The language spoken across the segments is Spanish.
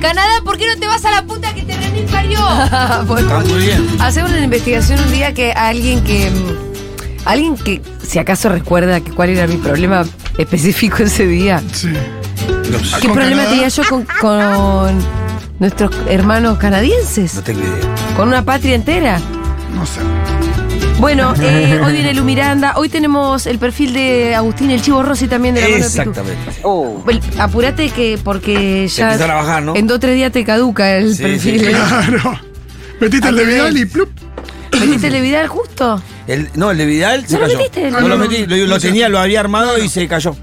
Canadá, ¿por qué no te vas a la puta que te rendí parió? Ah, Está muy bien. Hacemos una investigación un día que alguien que. mm, Alguien que, si acaso recuerda que cuál era mi problema específico ese día. Sí. ¿Ah, ¿Qué problema tenía yo con, con nuestros hermanos canadienses? No tengo idea. Con una patria entera. No sé. Bueno, eh, hoy viene Lu Miranda, hoy tenemos el perfil de Agustín El Chivo Rossi también de la mano de Pitu. Exactamente. Oh. Bueno, Apurate que porque ya empiezan a bajar, ¿no? en dos o tres días te caduca el Sí, perfil. sí, ¿eh? Claro. Metiste el de Vidal y plup. Metiste el de Vidal justo. El- no, el de Vidal se ¿No lo cayó. metiste? no, No, lo no, metí, no. lo, lo tenía, lo había armado y se cayó.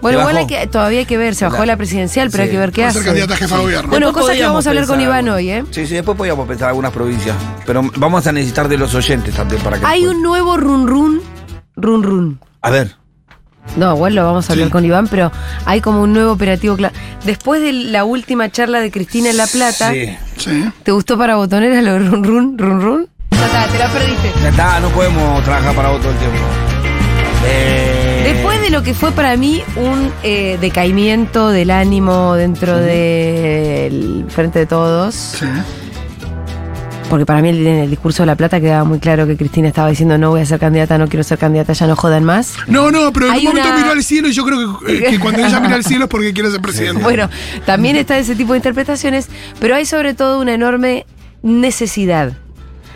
Bueno, Se igual hay bajó. que, todavía hay que ver, se bajó Claro. la presidencial, pero Sí. hay que ver qué Va a ser hace. candidato a jefa de gobierno. Bueno, Después cosa que podíamos vamos a hablar con pensar Iván algo. hoy, ¿eh? Sí, sí, después podíamos pensar algunas provincias. Pero vamos a necesitar de los oyentes también para que. Hay un nuevo run run, run run. A ver. No, igual lo vamos a hablar con Iván, pero hay como un nuevo operativo. cla- Después de la última charla de Cristina en La Plata, Sí. Sí. ¿te gustó para botonera lo de run run, run run? Ya está, te la perdiste. Ya está, Ah, no podemos trabajar para otro el tiempo. Eh, Después de lo que fue para mí un eh, decaimiento del ánimo dentro del frente de todos, Sí. porque para mí en el discurso de La Plata quedaba muy claro que Cristina estaba diciendo no voy a ser candidata, no quiero ser candidata, ya no jodan más. No, no, pero en Hay un momento una- miró al cielo y yo creo que, eh, que cuando ella mira al cielo es porque quiere ser presidente. Bueno, también está ese tipo de interpretaciones, pero hay sobre todo una enorme necesidad Eso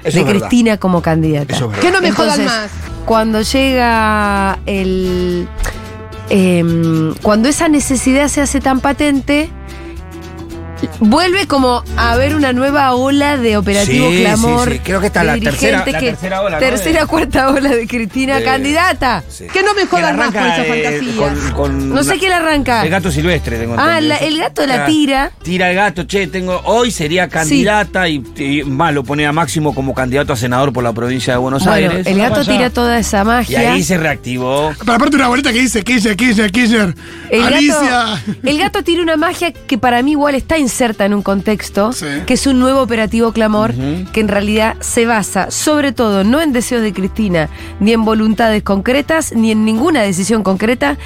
de es verdad. Cristina como candidata. Eso es verdad. Que no me jodan Entonces, más. Cuando llega el. em, cuando esa necesidad se hace tan patente, vuelve como a haber una nueva ola de operativo Sí, sí, clamor. sí. Creo que esta de es la dirigentes tercera- la que- tercera ola, ¿no? tercera, De- cuarta ola de Cristina de- candidata. Sí. Que no me jodan la más con arranca, esa eh, fantasía. con- con No sé la- quién la arranca. El gato silvestre, tengo Ah, entendido. la- el gato la tira. Tira el gato, che, tengo. Hoy sería candidata y, y más lo pone a Máximo como candidato a senador por la provincia de Buenos Bueno, Aires. el gato Vaya. tira toda esa Y magia. ahí se reactivó. Pero aparte una boleta que dice Kirchner, Kirchner, Kirchner. El Alicia. gato, el gato tiene una magia que para mí igual está inserta en un contexto, Sí. que es un nuevo operativo clamor, que en realidad se basa sobre todo no en deseos de Cristina, ni en voluntades concretas, ni en ninguna decisión concreta,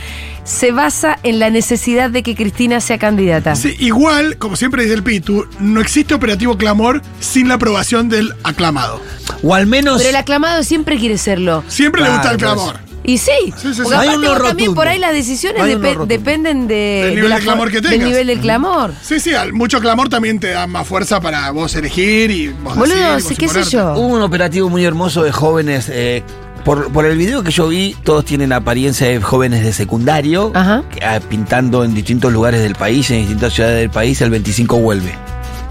se basa en la necesidad de que Cristina sea candidata. Sí, igual, como siempre dice el Pitu, no existe operativo clamor sin la aprobación del aclamado. O al menos. Pero el aclamado siempre quiere serlo. Siempre le gusta el Claro, clamor. Y sí, Sí, sí, sí. porque Hay aparte un no vos también rotundo. por ahí las decisiones Hay un no depe- rotundo. dependen de, Del nivel la de clamor for- que del tengas. nivel del clamor. Sí, sí, al mucho clamor también te da más fuerza para vos elegir y vos Boludo, decidir y sí, vos qué sé imponerte. yo. Hubo un operativo muy hermoso de jóvenes. eh, por, por el video que yo vi, todos tienen apariencia de jóvenes de secundario, Ajá. que, ah, pintando en distintos lugares del país, en distintas ciudades del país, el 25 vuelve.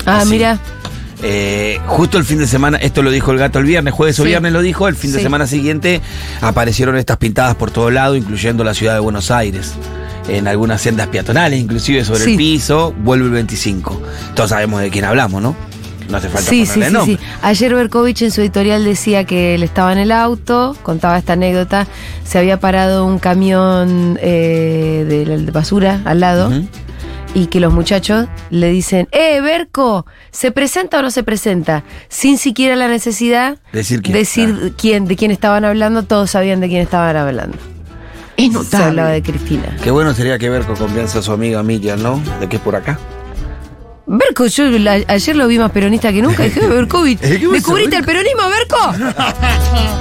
Ah, Así. mira. Eh, justo el fin de semana, esto lo dijo el gato el viernes, jueves o Sí. viernes lo dijo, el fin de Sí. semana siguiente aparecieron estas pintadas por todo lado, incluyendo la ciudad de Buenos Aires, en algunas sendas peatonales, inclusive sobre Sí. el piso, vuelve el 25. Todos sabemos de quién hablamos, ¿no? No hace falta Sí, sí, ponerle sí, nombre. sí. Ayer Berkovich en su editorial decía que él estaba en el auto, contaba esta anécdota, se había parado un camión eh, de, la- de basura al lado Ujú. y que los muchachos le dicen, eh, Berco, ¿se presenta o no se presenta? Sin siquiera la necesidad Decir quién. Ah. decir quién, de quién estaban hablando, todos sabían de quién estaban hablando. Es Se hablaba notable. de Cristina. Qué bueno sería que ver con confianza a su amiga Miriam, ¿no? De que es por acá. Berco, yo la- ayer lo vi más peronista que nunca. Dije, Berkovich, ¿Qué pasó, ¿descubriste el peronismo, Berco?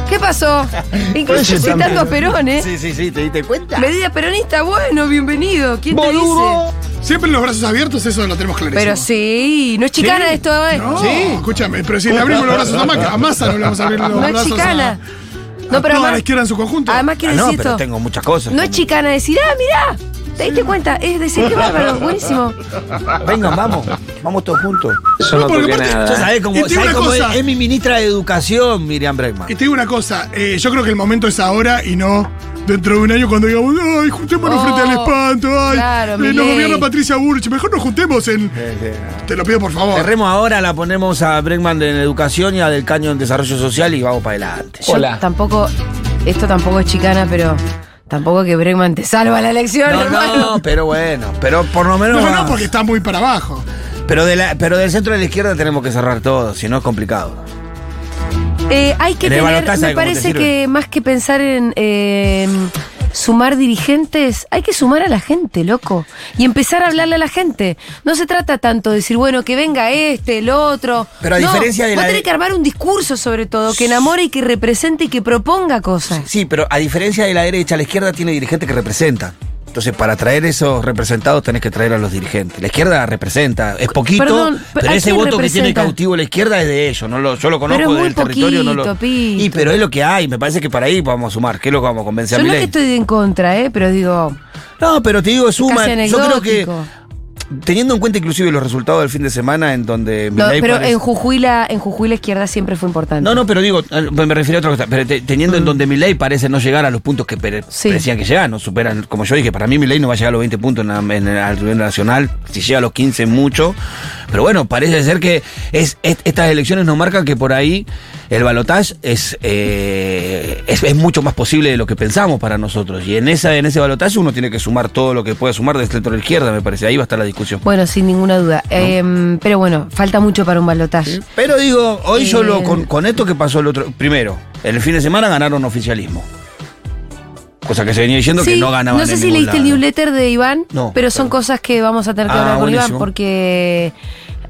¿Qué pasó? Incluso citando a Perón, ¿eh? Sí, sí, sí, ¿te diste cuenta? Medida peronista, bueno, bienvenido. ¿Quién te dice? Siempre los brazos abiertos, eso lo tenemos clarísimo. Pero sí, no es chicana esto, ¿eh? No, escúchame, pero si le abrimos los brazos a Maca, a Massa no le vamos a abrir los No es brazos. chicana. A, No, pero a toda además- la izquierda en su conjunto. Además quiero Ah, no, decir pero esto. tengo muchas cosas. No es chicana decir, ah, mirá, te diste cuenta, es decir, qué bárbaro, buenísimo. Venga, vamos. Vamos todos juntos. Eso No, no, porque ocurrió aparte- nada. Ya sabés Y cómo, te digo sabés una cómo es, cosa. es mi ministra de Educación, Miriam Bregman. Y te digo una cosa, eh, yo creo que el momento es ahora y no dentro de un año cuando digamos, ay, juntémonos Oh, frente al espanto, ay, claro, eh, nos Milei. gobierna Patricia Burch, mejor nos juntemos en... Te lo pido por favor. Cerremos ahora, la ponemos a Bregman en Educación y a Del Caño en Desarrollo Social y vamos para adelante. Yo Hola. tampoco, esto tampoco es chicana, pero tampoco que Bregman te salva la elección, No, hermano. no, pero bueno, pero por lo menos... No, va. no, porque está muy para abajo. pero, de la- pero del centro de la izquierda tenemos que cerrar todo, si no es complicado. Eh, hay que En el tener, balotaje, me ¿cómo te parece sirve? que más que pensar en, eh, sumar dirigentes, hay que sumar a la gente, loco. Y empezar a hablarle a la gente. No se trata tanto de decir, bueno, que venga este, el otro. Pero a No, diferencia de vos la de- tenés que armar un discurso sobre todo, que enamore y que represente y que proponga cosas. Sí, pero a diferencia de la derecha, la izquierda tiene dirigentes que representan. Entonces, para traer esos representados tenés que traer a los dirigentes. La izquierda representa, es poquito, Perdón, pero pero ¿a ese quién voto que tiene representa? cautivo la izquierda es de ellos. No lo, yo lo conozco Pero es muy del territorio. No lo, poquito, Pito. y pero es lo que hay, me parece que para ahí vamos a sumar. ¿Qué es lo que vamos a convencer Yo a no es Milei? que estoy en contra, ¿eh? pero digo, No, pero te digo, casi suma. Yo creo anecdótico. que, teniendo en cuenta inclusive los resultados del fin de semana, en donde No, Milei pero parece- en Jujuy, la, en Jujuy la izquierda siempre fue importante. No, no, pero digo, al- me refiero a otra cosa. Pero te- teniendo en donde mi ley parece no llegar a los puntos que pere- Sí. parecían que llegan, no superan, como yo dije, para mí mi ley no va a llegar a los 20 puntos en, la- en el- al nivel nacional, si llega a los 15 mucho. Pero bueno, parece ser que es, es- estas elecciones nos marcan que por ahí el balotaje es, eh, es, es mucho más posible de lo que pensamos para nosotros. Y en esa, en ese balotaje uno tiene que sumar todo lo que puede sumar del centro de la izquierda, me parece. Ahí va a estar la discusión. Bueno, sin ninguna duda. Em, pero bueno, falta mucho para un balotaje. Pero digo, hoy yo lo, Eh. con, con esto que pasó el otro. Primero, el fin de semana ganaron oficialismo. Cosa que se venía diciendo que Sí, no ganaban. No sé en si ningún leíste el lado. newsletter de Iván, No, pero son claro. cosas que vamos a tener que Ah, hablar con buenísimo. Iván porque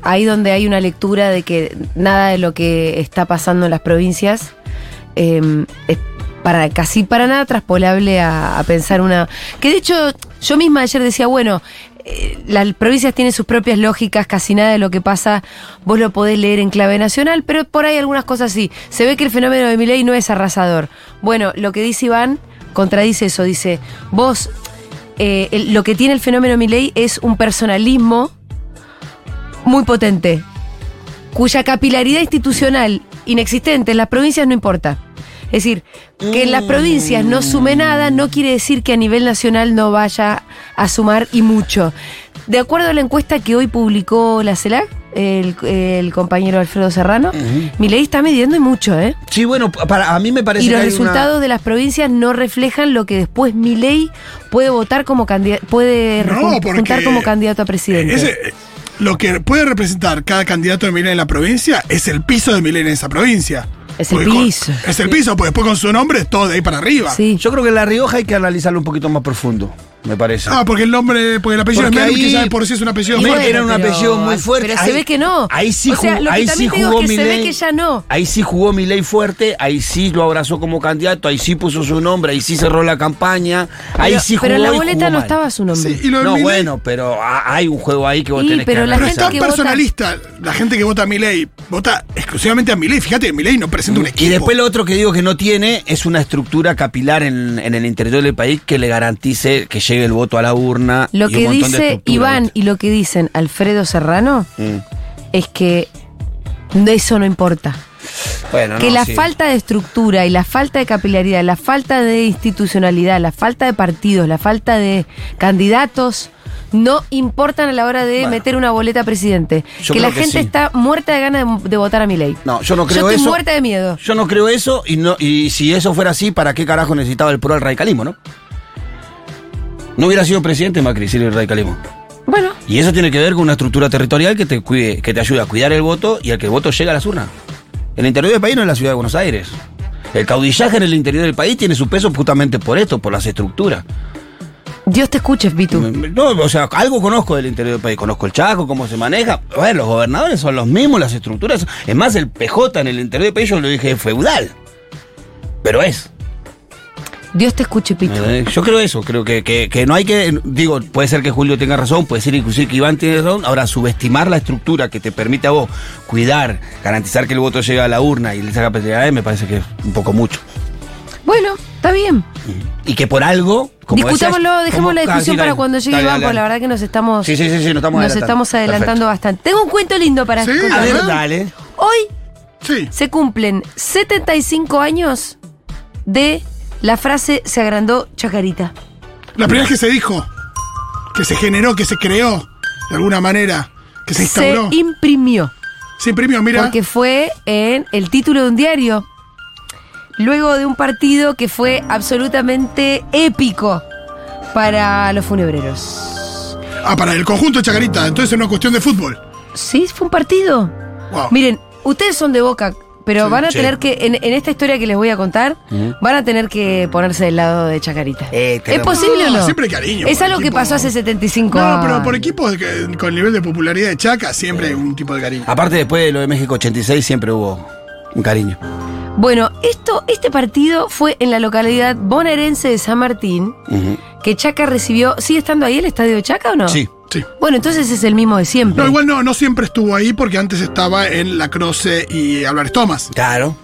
ahí donde hay una lectura de que nada de lo que está pasando en las provincias eh, es para casi para nada traspolable a, a pensar una. Que de hecho, yo misma ayer decía, bueno. eh, Las provincias tienen sus propias lógicas, casi nada de lo que pasa vos lo podés leer en clave nacional, pero por ahí algunas cosas sí. Se ve que el fenómeno de Milei no es arrasador. Bueno, lo que dice Iván contradice eso, dice, vos eh, el- lo que tiene el fenómeno Milley es un personalismo muy potente, cuya capilaridad institucional inexistente en las provincias no importa. Es decir, que en las provincias no sume nada no quiere decir que a nivel nacional no vaya a sumar y mucho. De acuerdo a la encuesta que hoy publicó la CELAC, el, el compañero Alfredo Serrano, Milei está midiendo y mucho, ¿eh? Sí, bueno, pa- para, a mí me parece Y los que hay una- resultados de las provincias no reflejan lo que después Milei puede votar como candida- puede No, rejun- porque- juntar como candidato a presidente. Ese- lo que puede representar cada candidato de Milena en la provincia es el piso de Milena en esa provincia. Es el Porque con- piso. es el piso, pues después con su nombre es todo de ahí para arriba. sí. Yo creo que en La Rioja hay que analizarlo un poquito más profundo, me parece. Ah, porque el nombre, porque el apellido Porque es Merlo, ahí- que ya de por sí es un apellido Y Merlo. bueno, era un apellido muy fuerte. Pero Ahí- se ve que no. Ahí sí o sea, jugó- lo que ahí también sí te digo jugó es que se ve Milei. que ya no. Ahí sí jugó mi ley fuerte, ahí sí lo abrazó como candidato, ahí sí puso su nombre, ahí sí cerró la campaña, ahí pero, sí jugó pero en la y jugó boleta no mal. estaba su nombre. Sí, y lo de no, Milei- bueno, pero ha- hay un juego ahí que vos Y, tenés pero que la Pero es gente tan que vota- personalista, la gente que vota a Milei vota exclusivamente a Milei. Fíjate, Milei no presenta un equipo. Y después lo otro que digo que no tiene es una estructura capilar en, en el interior del país que le garantice que llegue el voto a la urna. Lo y un que montón de dice estructura, Iván ¿viste? y lo que dicen Alfredo Serrano Mm. es que eso no importa. Bueno, no, que la sí. falta de estructura y la falta de capilaridad, la falta de institucionalidad, la falta de partidos, la falta de candidatos no importan a la hora de Bueno. meter una boleta a presidente. Yo que creo la que gente sí. está muerta de ganas de, de votar a mi ley. No, yo no creo Yo estoy eso. muerta de miedo. Yo no creo eso y no y si eso fuera así, ¿para qué carajo necesitaba el pro al radicalismo, no? No hubiera sido presidente Macri sin el radicalismo. Bueno, Y eso tiene que ver con una estructura territorial que te cuide, que te ayuda a cuidar el voto y al que el voto llega a las urnas. El interior del país no es la ciudad de Buenos Aires. El caudillaje en el interior del país tiene su peso justamente por esto, por las estructuras. Dios te escuche, Pitu. No, o sea, algo conozco del interior del país, conozco el Chaco, cómo se maneja. Bueno, los gobernadores son los mismos, las estructuras. Es más, el PJ en el interior del país, yo lo dije, es feudal. Pero es. Dios te escuche, Pitu. Eh, Yo creo eso, creo que, que- que no hay que, digo, puede ser que Julio tenga razón, puede ser inclusive que Iván tiene razón, ahora subestimar la estructura que te permite a vos cuidar, garantizar que el voto llega a la urna y le saca PTAE, me parece que es un poco mucho. Bueno, está bien. Y que por algo... como Discutámoslo, decías, dejemos como- la ah, discusión sí, para dale, cuando llegue dale, Iván, dale, porque la dale. verdad que nos estamos, Sí, sí, sí, sí, nos estamos nos adelantando. estamos adelantando bastante. Tengo un cuento lindo para Sí, contar. A ver, Ajá. dale. Hoy Sí. se cumplen 75 años de la frase se agrandó Chacarita. La primera vez que se dijo, que se generó, que se creó, de alguna manera, que se Se instauró. Se, imprimió imprimió, mira. porque fue en el título de un diario. Luego de un partido que fue absolutamente épico para los funebreros. Ah, para el conjunto de Chacarita, entonces es una cuestión de fútbol. Sí, fue un partido. Wow. Miren, ustedes son de Boca, pero van a Sí. tener que, en, en esta historia que les voy a contar, van a tener que ponerse del lado de Chacarita. Eh, te ¿Es lo- posible o no? Ah, siempre hay cariño Es por algo el que equipo. pasó hace 75 años. No, pero por equipos que- con nivel de popularidad de Chaca siempre hay un tipo de cariño. Aparte, después de lo de México 86, siempre hubo un cariño. Bueno, esto, este partido fue en la localidad bonaerense de San Martín, Ujú. que Chaca recibió. ¿Sigue estando ahí el estadio de Chaca o no? Sí. Sí. Bueno, entonces es el mismo de siempre. No, igual no, no siempre estuvo ahí porque antes estaba en La Croce y Álvarez Tomás. Claro.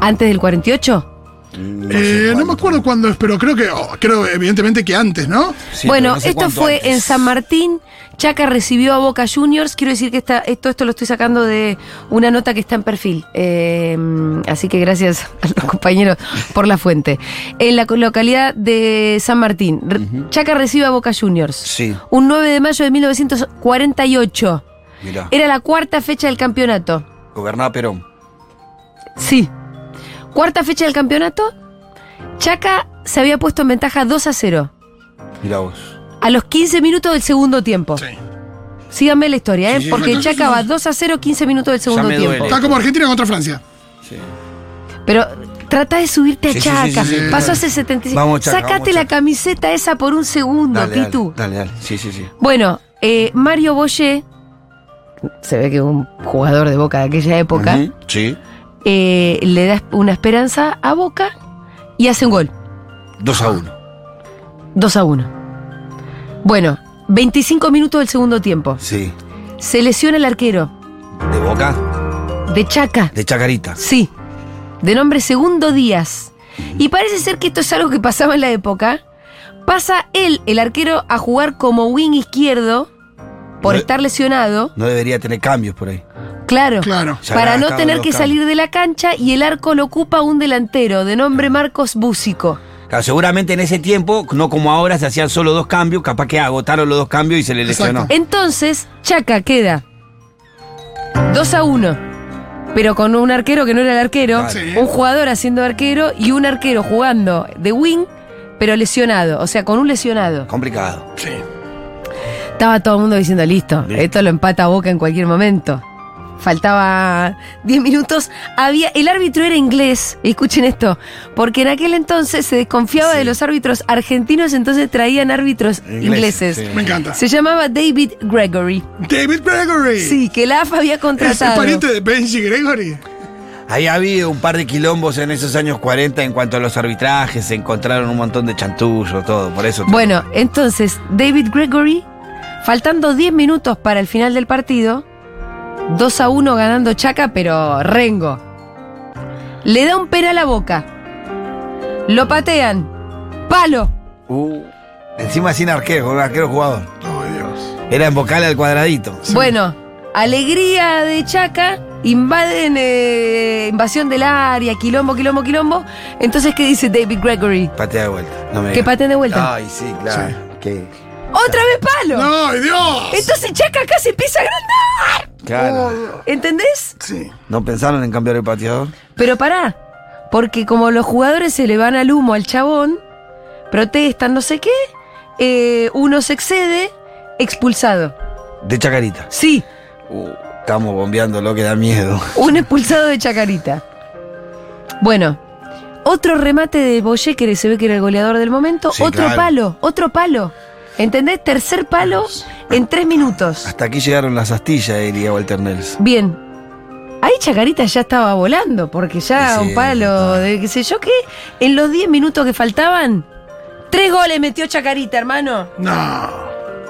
Antes del 48. No Eh, sé no me cuánto. acuerdo cuándo es, pero creo que, oh, creo evidentemente que antes, ¿no? Sí, pero bueno, no sé esto cuánto fue antes. en San Martín. Chaca recibió a Boca Juniors. Quiero decir que esta- esto, esto lo estoy sacando de una nota que está en perfil. Eh, así que gracias a Ah. los compañeros por la fuente. En la co- localidad de San Martín, Re- Chaca recibe a Boca Juniors. Sí. Un 9 de mayo de 1948. Mirá, Era la cuarta fecha del campeonato. gobernaba Perón. Sí. Cuarta fecha del campeonato. Chaca se había puesto en ventaja 2 a 0. Mirá vos. A los 15 minutos del segundo tiempo. Síganme la historia, ¿eh? Sí, sí, Porque bueno, Chaca sí, va sí. 2 a 0, 15 minutos del segundo me duele. tiempo. Está como Argentina contra Francia. Sí. Pero trata de subirte a Sí, sí, Chaca. sí, sí, sí. Pasó hace 75. Vamos, Chaca, Sácate vamos, la Chaca. camiseta esa por un segundo, Dale, dale, Pitu. dale, dale. Sí, sí, sí. Bueno, eh, Mario Boyé, se ve que un jugador de Boca de aquella época, Ujú, Sí. eh, le da una esperanza a Boca y hace un gol. 2 Ah. a 1. 2 a 1. Bueno, 25 minutos del segundo tiempo. Sí. Se lesiona el arquero De Boca, de Chaca. de Chacarita. Sí. De nombre Segundo Díaz. Y parece ser que esto es algo que pasaba en la época. Pasa él, el arquero, a jugar como wing izquierdo por No- estar lesionado. No debería tener cambios por ahí. Claro. Claro. Ya para no acabo tener los que cambios. salir de la cancha y el arco lo ocupa un delantero de nombre Marcos Búsico. Claro, seguramente en ese tiempo, no como ahora, se hacían solo dos cambios, capaz que agotaron los dos cambios y se le lesionó. Exacto. Entonces, Chaca queda 2 a 1. Pero con un arquero que no era el arquero, Claro. Sí. un jugador haciendo arquero y un arquero jugando de wing, pero lesionado, o sea, con un lesionado. Complicado. Sí. Estaba todo el mundo diciendo, listo, Listo. esto lo empata Boca en cualquier momento. Faltaba 10 minutos. Había, el árbitro era inglés, escuchen esto, porque en aquel entonces se desconfiaba de los árbitros argentinos, entonces traían árbitros ingleses. Ingleses, sí. Me encanta. Se llamaba David Gregory. David Gregory. Sí, que la AFA había ¿Es contratado. pariente de Benji Gregory? Ahí había un par de quilombos en esos años 40 en cuanto a los arbitrajes, se encontraron un montón de chantillo, todo, por eso. Bueno, entonces David Gregory, faltando 10 minutos para el final del partido, 2 a 1 ganando Chaca, pero Rengo. Le da un penal a Boca. Lo patean. Palo. Uh, encima sin arquero, con un arquero jugador. Oh, Dios. Era en vocal al cuadradito. Bueno, alegría de Chaca. Invaden, eh, invasión del área, quilombo, quilombo, quilombo. Entonces, ¿qué dice David Gregory? Patea de vuelta. No me Que digas. pateen de vuelta. Ay, sí, claro. Que, ¡Otra vez palo! ¡No, Dios! Entonces Chaca casi pisa grande. claro. ¿Entendés? Sí. Oh. ¿No pensaron en cambiar el pateador? Pero pará, porque como los jugadores se le van al humo al chabón, protestan no sé qué, eh, uno se excede, expulsado. De Chacarita. Sí, Uh, estamos bombeando lo que da miedo. un expulsado de Chacarita. Bueno, otro remate de Boyé, que se ve que era el goleador del momento, Sí, otro claro. palo, otro palo. ¿Entendés? Tercer palo en tres minutos. Hasta aquí llegaron las astillas, diría Walter Nels. Bien. Ahí Chacarita ya estaba volando, porque ya Sí, sí, un palo sí. de qué sé yo qué. En los 10 minutos que faltaban, tres goles metió Chacarita, hermano. No.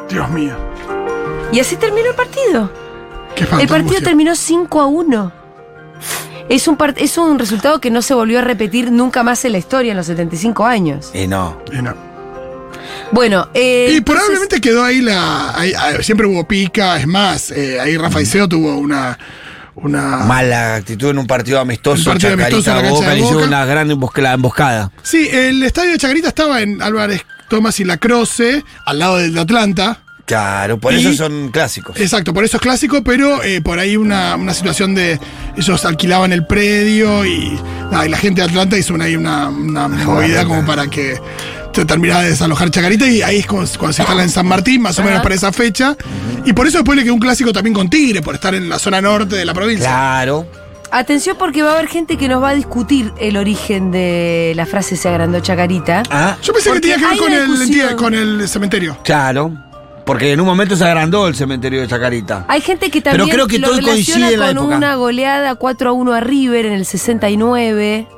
Dios mío. Y así terminó el partido. Qué falta el partido angustia. terminó 5 a 1. Es un, part- es un resultado que no se volvió a repetir nunca más en la historia, en los 75 años. Y no. Y Eh, no. Bueno, eh, Y entonces- probablemente quedó ahí la. ahí- ahí- siempre hubo pica, es más, eh, ahí Rafa Iseo tuvo una. una Mala actitud en un partido amistoso. Ah. Un partido amistoso en Chacarita la cancha Boca de le hicieron Boca. una gran embosca- la emboscada. Sí, el estadio de Chacarita estaba en Álvarez Tomás y La Croce, al lado del de Atlanta. Claro, por Y- eso son clásicos. Exacto, por eso es clásico, pero eh, por ahí una, una situación de. Ellos alquilaban el predio y, nada, y la gente de Atlanta hizo una, ahí una, una movida como para que se terminara de desalojar Chacarita y ahí es cuando, cuando se instala en San Martín, más o menos Ajá. para esa fecha. Y por eso después le quedó un clásico también con Tigre, por estar en la zona norte de la provincia. Claro. Atención porque va a haber gente que nos va a discutir el origen de la frase se agrandó Chacarita. Ah, Yo pensé que Porque tenía que ver hay con una el, discusión. entidad- con el cementerio. claro. Porque en un momento se agrandó el cementerio de Chacarita. Hay gente que Pero también creo que lo todo relaciona coincide en la con época. una goleada 4 a 1 a River en el 69.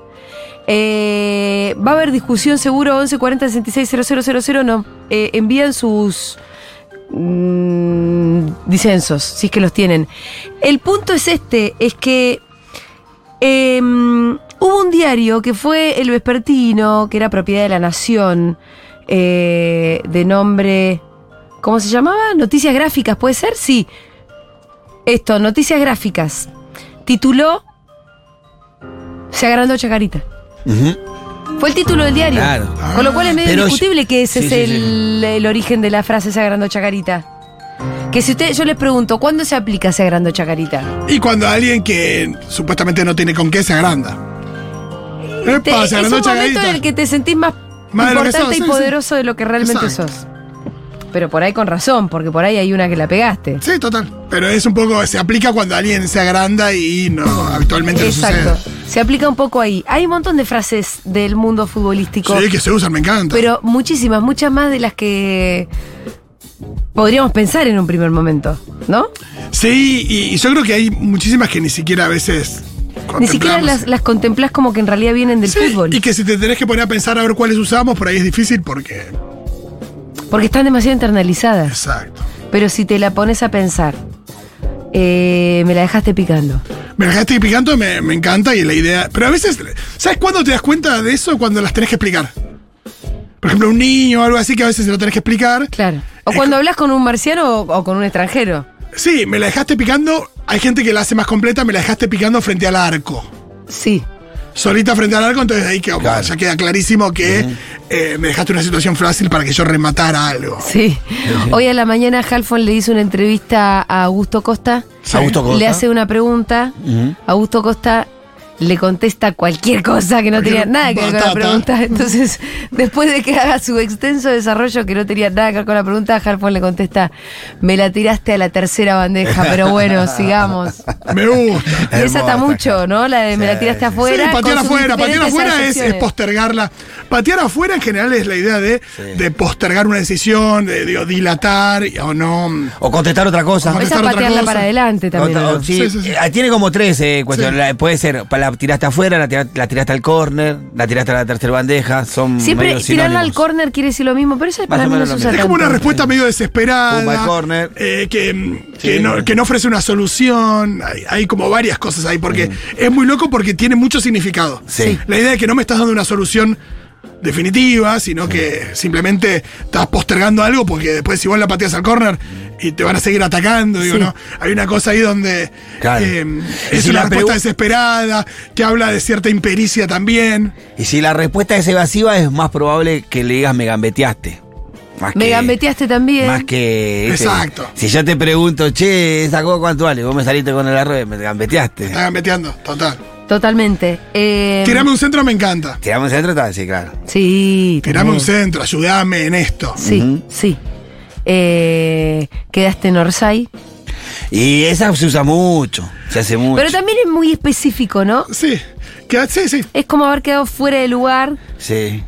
Eh, va a haber discusión seguro 11 40 66 000, nos eh, envían sus mm, disensos, si es que los tienen. El punto es este, es que eh, hubo un diario que fue El Vespertino, que era propiedad de la Nación, eh, de nombre. ¿Cómo se llamaba? Noticias Gráficas, ¿puede ser? Sí. Esto, Noticias Gráficas. Tituló. Se agrandó Chacarita. Ujú. Fue el título del diario. Claro. Con lo cual es medio Pero discutible que ese sí, es sí, el, el origen de la frase se agrandó Chacarita. Que si ustedes, yo les pregunto, ¿cuándo se aplica se agrandó Chacarita? Y cuando alguien que supuestamente no tiene con qué se agranda. Te- Este, Epa, es se un agrandó momento Chacarita. en el que te sentís más, Más de lo que importante sos, y sí, poderoso de lo que realmente Exacto. sos. Pero por ahí con razón, porque por ahí hay una que la pegaste. Sí, total. Pero es un poco, se aplica cuando alguien se agranda y no, habitualmente no Exacto. sucede. Se aplica un poco ahí. Hay un montón de frases del mundo futbolístico, Sí, que se usan, me encanta. pero muchísimas, muchas más de las que podríamos pensar en un primer momento, ¿no? sí, y, y yo creo que hay muchísimas que ni siquiera a veces Ni siquiera contemplamos. las, las contemplás como que en realidad vienen del Sí, fútbol, Y que si te tenés que poner a pensar a ver cuáles usamos, por ahí es difícil porque. porque están demasiado internalizadas. Exacto. Pero si te la pones a pensar, eh, me la dejaste picando. Me dejaste picando, me, me encanta y la idea. Pero a veces, ¿sabes cuándo te das cuenta de eso? Cuando las tenés que explicar. Por ejemplo, un niño o algo así que a veces se lo tenés que explicar. Claro. O Es cuando co- hablas con un marciano o, o con un extranjero. Sí, me la dejaste picando. Hay gente que la hace más completa, me la dejaste picando frente al arco. Sí. Solita frente al arco, entonces ahí que, Claro. ya queda clarísimo que eh, me dejaste una situación fácil para que yo rematara algo. Sí. Hoy a la mañana Halfon le hizo una entrevista a Augusto Costa. Augusto Costa. Le hace una pregunta. Ujú. Augusto Costa le contesta cualquier cosa que no Cualquier tenía nada que ver con la batata. pregunta. Entonces, después de que haga su extenso desarrollo que no tenía nada que ver con la pregunta, Halfon le contesta, me la tiraste a la tercera bandeja, pero bueno, sigamos. Me gusta. Y esa está Hermosa. mucho, ¿no? La de me la tiraste afuera. sí, patear con sus afuera, patear diferentes afuera es, es acepciones. postergarla. Patear afuera en general es la idea de, de postergar una decisión, de, digo, dilatar y- o no. O contestar otra cosa. Contestar Esa otra patearla cosa. para adelante también. Otra- ¿o no? sí, Sí, sí, sí. eh, Tiene como tres eh, cuestiones. Sí. La- Puede ser, pa- la tiraste afuera, la tira- la tiraste, al córner, la tiraste a la tercera bandeja. Son Siempre Mm, medio tirarla al sinónimos. córner quiere decir lo mismo, pero esa para o mí no menos se lo usa mismo. Es como tanto. una respuesta medio Pumba al desesperada. córner. eh, que, que Sí. no, que no ofrece una solución. Hay, hay como varias cosas ahí, porque es muy loco porque tiene mucho significado. Mm. Sí. La idea de que no me estás dando una solución definitiva, sino que simplemente estás postergando algo porque después igual la pateas al corner y te van a seguir atacando. Digo, Sí. no, hay una cosa ahí donde Claro. eh, Y es si una la respuesta pregu- desesperada, que habla de cierta impericia también. Y si la respuesta es evasiva, es más probable que le digas me gambeteaste. Más Me que- gambeteaste también. Más que. ese- Exacto. Si yo te pregunto, che, ¿esa cosa cuánto vale? Vos me saliste con el arroz, me gambeteaste. Están metiendo, total. Totalmente. Eh, Tirame un centro, me encanta. ¿Te damos el centro? Sí, claro. Sí. Tirame un también. centro, ayúdame en esto. Sí, Ujú. sí. Eh, quedaste en Orsay. Y esa se usa mucho. Se hace mucho. Pero también es muy específico, ¿no? Sí, que, sí, sí. Es como haber quedado fuera de lugar. Sí.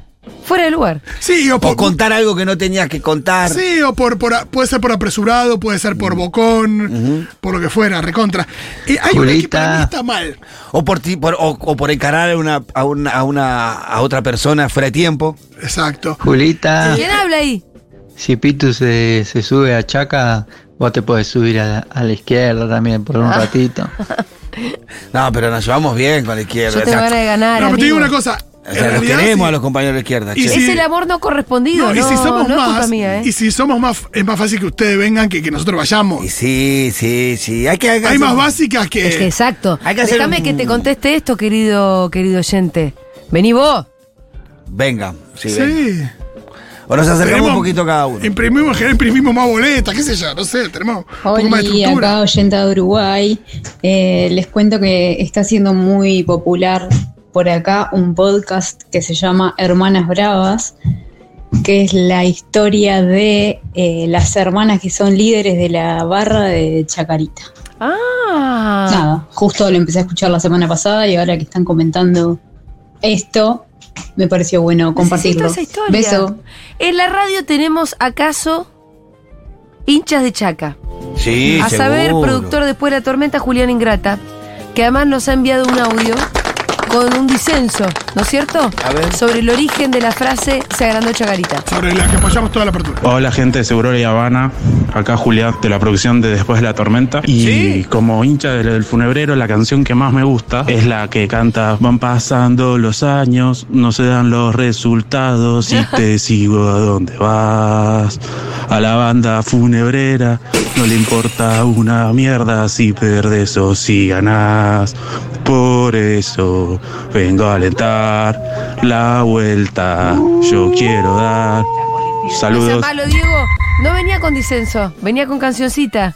Fuera de lugar. Sí, digo, O por- contar algo que no tenías que contar. Sí, o por, por- puede ser por apresurado, puede ser por bocón, por lo que fuera, recontra. Eh, hay una que Julita. para mí está mal. O por, ti- por- o, o por encarar a una, a, una, a, una, a otra persona fuera de tiempo. Exacto. Ah. Julita, ¿eh? ¿Quién habla ahí? si Pitu se, se sube a Chaca, vos te podés subir a, a la izquierda también por un Ah. ratito. No, pero nos llevamos bien con la Yo izquierda. tengo O sea, ganas de ganar. no, pero te digo amigo. una cosa. o en sea, los realidad, queremos sí. a los compañeros de izquierda. Y che. Es si- el amor no correspondido, No, ¿no? y si somos no es culpa más, mía, ¿eh? y si somos más, es más fácil que ustedes vengan que que nosotros vayamos. Y sí, sí, sí. Hay que hay que Hay hacer- más básicas que. Es que exacto. Hay que hacer Déjame un- que te conteste esto, querido, querido oyente. Vení vos. Venga. Sí, sí. venga. O nos acercamos Tenemos- un poquito cada uno. Imprimimos, en general imprimimos más boletas, qué sé yo, no sé, tenemos un poco Hola, más de estructura. acá oyenta de Uruguay. Eh, les cuento que está siendo muy popular por acá un podcast que se llama Hermanas Bravas, que es la historia de eh, las hermanas que son líderes de la barra de Chacarita. Ah, Ah. Nada, justo lo empecé a escuchar la semana pasada y ahora que están comentando esto, me pareció bueno compartirlo. Necesito esa historia. Beso. En la radio tenemos acaso hinchas de Chaca. Sí, a saber, seguro. productor después de la tormenta, Julián Ingrata, que además nos ha enviado un audio con un disenso, ¿no es cierto? A ver. Sobre el origen de la frase se agrandó Chacarita. Sobre la que apoyamos toda la apertura. Hola gente de Seguro y Habana, acá Julián de la producción de Después de la Tormenta. Y Sí. como hincha del, del funebrero, la canción que más me gusta es la que canta Van pasando los años, no se dan los resultados y te sigo a donde vas. A la banda funebrera no le importa una mierda si perdes o si ganás. Por eso vengo a alentar la vuelta, yo quiero dar. No sea Saludos. malo, Diego. No venía con disenso, venía con cancioncita.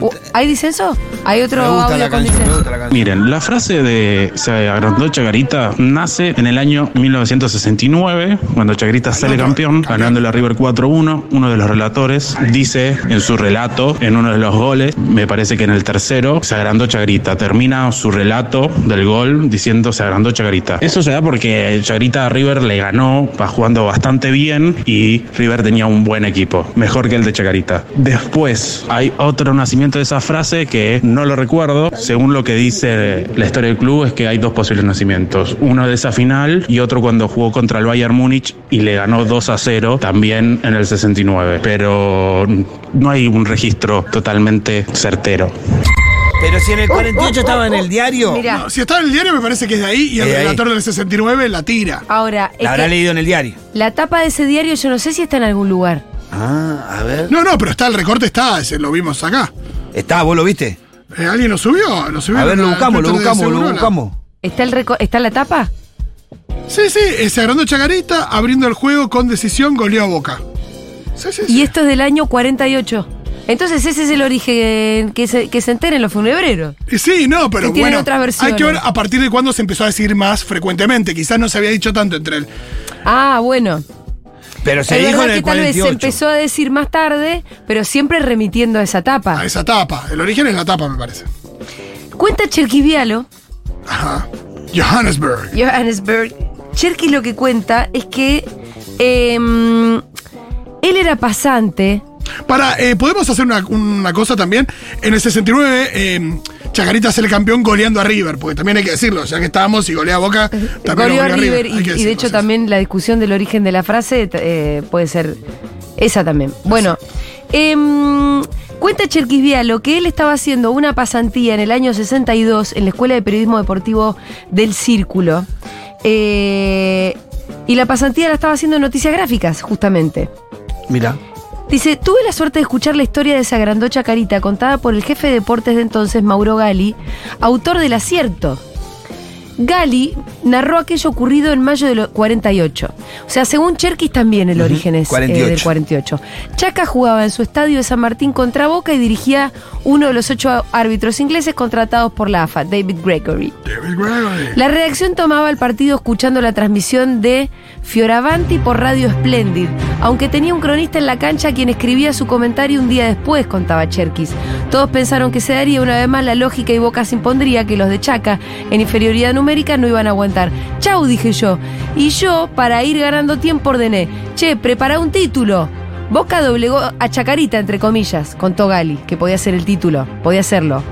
Uh, ¿Hay disenso? ¿Hay otro Me gusta la audio con canción, me disenso? gusta la canción. Miren, la frase de se agrandó Chagarita nace en el año 1969, cuando Chagarita sale campeón, ganando la River 4-1. Uno de los relatores dice en su relato, en uno de los goles, me parece que en el tercero, se agrandó Chagarita. Termina su relato del gol diciendo se agrandó Chagarita. Eso se da porque Chagarita a River le ganó, va jugando bastante bien y River tenía un buen equipo, mejor que el de Chacarita. Después hay otro nacimiento de esa frase que no lo recuerdo. Según lo que dice la historia del club es que hay dos posibles nacimientos. Uno de esa final y otro cuando jugó contra el Bayern Múnich y le ganó 2 a 0 también en el 69. Pero no hay un registro totalmente certero. Pero si en el 48 estaba en el diario. Mirá, No, si está en el diario me parece que es de ahí y el Es de ahí. relator del 69 la tira. ahora, es La habrá que leído en el diario. la tapa de ese diario yo no sé si está en algún lugar. Ah, a ver. No, no, pero está el recorte, está, ese, lo vimos acá. Está, vos lo viste. Eh, ¿Alguien lo subió? ¿Lo subió A ver, en lo la- buscamos, lo Twitter de buscamos, lo Segurola. buscamos. ¿Está, el reco- ¿Está la tapa? Sí, sí, eh, se agrandó Chacarita, abriendo el juego con decisión, goleó a Boca. Sí, sí, sí. Y esto es del año 48. Entonces ese es el origen que se, que se enteren los funebreros. Y Sí, no, pero Que tienen bueno, otras versiones. hay que ver a partir de cuándo se empezó a decir más frecuentemente. Quizás no se había dicho tanto entre el Ah, bueno. Pero se es dijo verdad en el que tal vez se 48. empezó a decir más tarde, pero siempre remitiendo a esa a Ah, etapa. esa tapa. El origen es la tapa, me parece. Cuenta Cherquivialo, Ajá. Johannesburg. Johannesburg. Cherky lo que cuenta es que em, él era pasante. Para, eh, podemos hacer una, una cosa también. En el 69, eh, Chacarita es el campeón goleando a River, porque también hay que decirlo, ya que estábamos y golea a Boca, también lo Eh, Goleó golea a River hay y, que y decirlo, de hecho sí, sí. también la discusión del origen de la frase eh, puede ser esa también. Bueno, em, cuenta Cherquisvialo que él estaba haciendo una pasantía en el año 62 en la Escuela de Periodismo Deportivo del Círculo. Eh, y la pasantía la estaba haciendo en Noticias Gráficas, justamente. Mira. Dice, tuve la suerte de escuchar la historia de esa grandocha carita contada por el jefe de deportes de entonces, Mauro Gali, autor del acierto. Gali narró aquello ocurrido en mayo del 48. O sea, según Cherkis también el origen es eh, 48. del 48. Chaca jugaba en su estadio de San Martín contra Boca y dirigía uno de los ocho árbitros ingleses contratados por la AFA, David Gregory. David Gregory. La redacción tomaba el partido escuchando la transmisión de Fioravanti por Radio Splendid, aunque tenía un cronista en la cancha quien escribía su comentario un día después, contaba Cherkis. Todos pensaron que se daría una vez más la lógica y Boca se impondría que los de Chaca, en inferioridad numérica, no iban a aguantar. Chau, dije yo. Y yo, para ir ganando tiempo, ordené, che, prepara un título. Boca doblegó a Chacarita, entre comillas, contó Gali, que podía ser el título, podía hacerlo.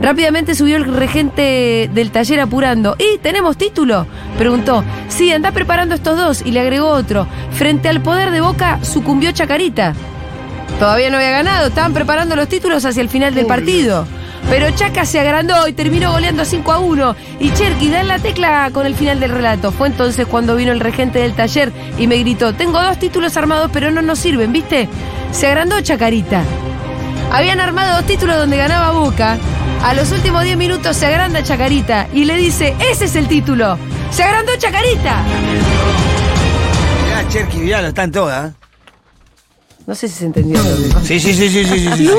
Rápidamente subió el regente del taller apurando. ¿Y tenemos título? Preguntó. Sí, anda preparando estos dos y le agregó otro. Frente al poder de Boca sucumbió Chacarita. Todavía no había ganado, estaban preparando los títulos hacia el final del partido. Pero Chaca se agrandó y terminó goleando 5 a 1. Y Cherky da en la tecla con el final del relato. Fue entonces cuando vino el regente del taller y me gritó, tengo dos títulos armados pero no nos sirven, ¿viste? Se agrandó Chacarita. Habían armado dos títulos donde ganaba Boca. A los últimos 10 minutos se agranda Chacarita y le dice, ese es el título. Se agrandó Chacarita. Mirá, Cherky, mirá, lo están todas. No sé si se entendió. lo que pasó. ¿eh? Sí, sí, sí, sí, sí, sí, sí.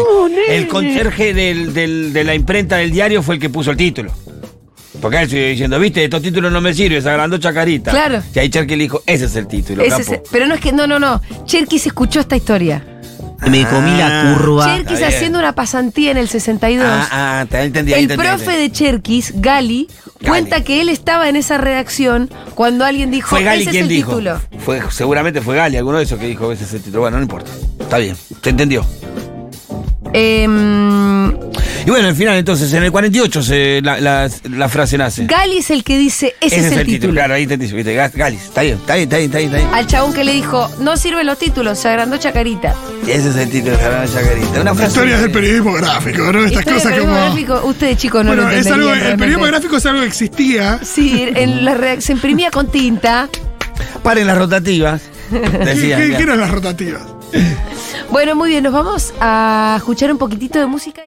el conserje del- del- de la imprenta del diario fue el que puso el título. Porque él siguió diciendo, viste, estos títulos no me sirven, se agrandó Chacarita. Claro. Y ahí Cherky le dijo, ese es el título, Ese capo. es- pero no es que, no, no, no. Cherkis escuchó esta historia. Me comí la Ah. curva. Cherkis está bien. haciendo una pasantía en el 62. Ah, ah, te entendí. ahí El te entendí. profe de Cherkis, Gali, Gali. cuenta que él estaba en esa redacción cuando alguien dijo, Fue Gali ese quien es el dijo. título. Fue, seguramente fue Gali, alguno de esos que dijo a veces el título. Bueno, no importa. Está bien, te entendió. Em, Y bueno, al final entonces, en el 48 se- la, la- la frase nace. Gali es el que dice, ese, es el, título. Claro, ahí te entendí. viste, Ga- Gali, está bien, está bien, está bien, está bien. está bien. Al chabón que le dijo, no sirven los títulos, se agrandó Chacarita. Ese es el título de Jarana Chacarita. Una frase. Historias del periodismo gráfico, ¿no? Estas Historia cosas del como. periodismo gráfico, ustedes chicos no bueno, lo es algo, entenderían el periodismo realmente. gráfico es algo que existía. Sí, en la re- se imprimía con tinta. Paren las rotativas. ¿Qué, Decían. qué- claro. qué eran las rotativas? Bueno, muy bien, nos vamos a escuchar un poquitito de música.